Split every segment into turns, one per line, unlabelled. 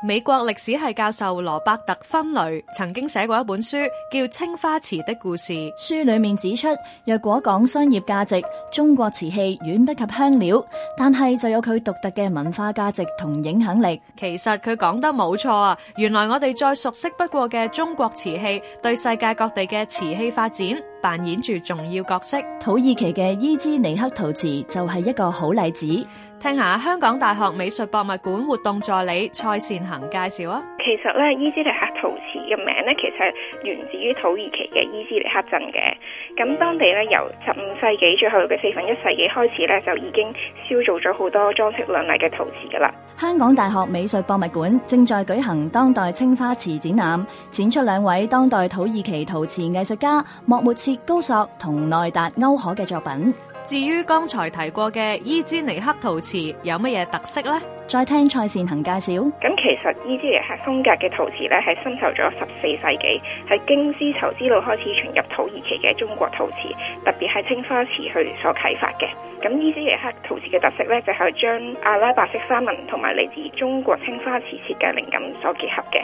美國歷史系教授羅伯特芬雷曾經寫過一本書，叫《青花瓷的故事》。
書裏面指出，若果講商業價值，中國瓷器遠不及香料，但係就有佢獨特嘅文化價值同影響力。
其實佢講得冇錯啊！原來我哋再熟悉不過嘅中國瓷器，對世界各地嘅瓷器發展扮演住重要角色。
土耳其嘅伊茲尼克陶瓷就係一個好例子。
聽下香港大學美術博物館活動助理蔡善恒介紹啊！
其實咧，伊茲尼克陶瓷嘅名咧，其實係源自於土耳其嘅伊茲尼克鎮嘅。咁當地咧，由十五世紀最後嘅四分一世紀開始咧，就已經燒造咗好多裝飾亮麗嘅陶瓷噶啦。
香港大學美術博物館正在舉行當代青花瓷展覽，展出兩位當代土耳其陶瓷藝術家莫末切高索同內達歐可嘅作品。
至於剛才提過嘅伊茲尼克陶瓷有乜嘢特色呢？
再聽蔡善恒介紹。
咁其實伊茲尼克風格嘅陶瓷咧，係深受咗十四世紀喺經絲綢之路開始傳入土耳其嘅中國陶瓷，特別係青花瓷去所啟發嘅。咁伊茲尼克陶瓷嘅特色咧，就係將阿拉伯式花紋同埋嚟自中國青花瓷設計靈感所結合嘅。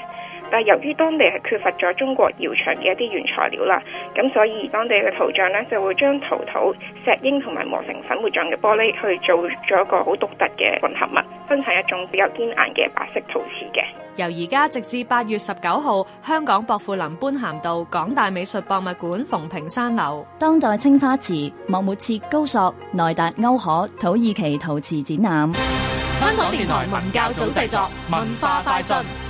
但係由於當地係缺乏咗中國窯場嘅一啲原材料啦，咁所以當地嘅陶匠咧就會將陶土、石英同埋磨成粉末狀嘅玻璃去做咗一個好獨特嘅混合物，生產一種比較堅硬嘅白色陶瓷嘅。
由而家直至八月十九號，香港薄扶林般咸道港大美術博物館馮平山樓
當代青花瓷莫末切高索內達歐可土耳其陶瓷展覽。
香港電台文教組製作，文化快訊。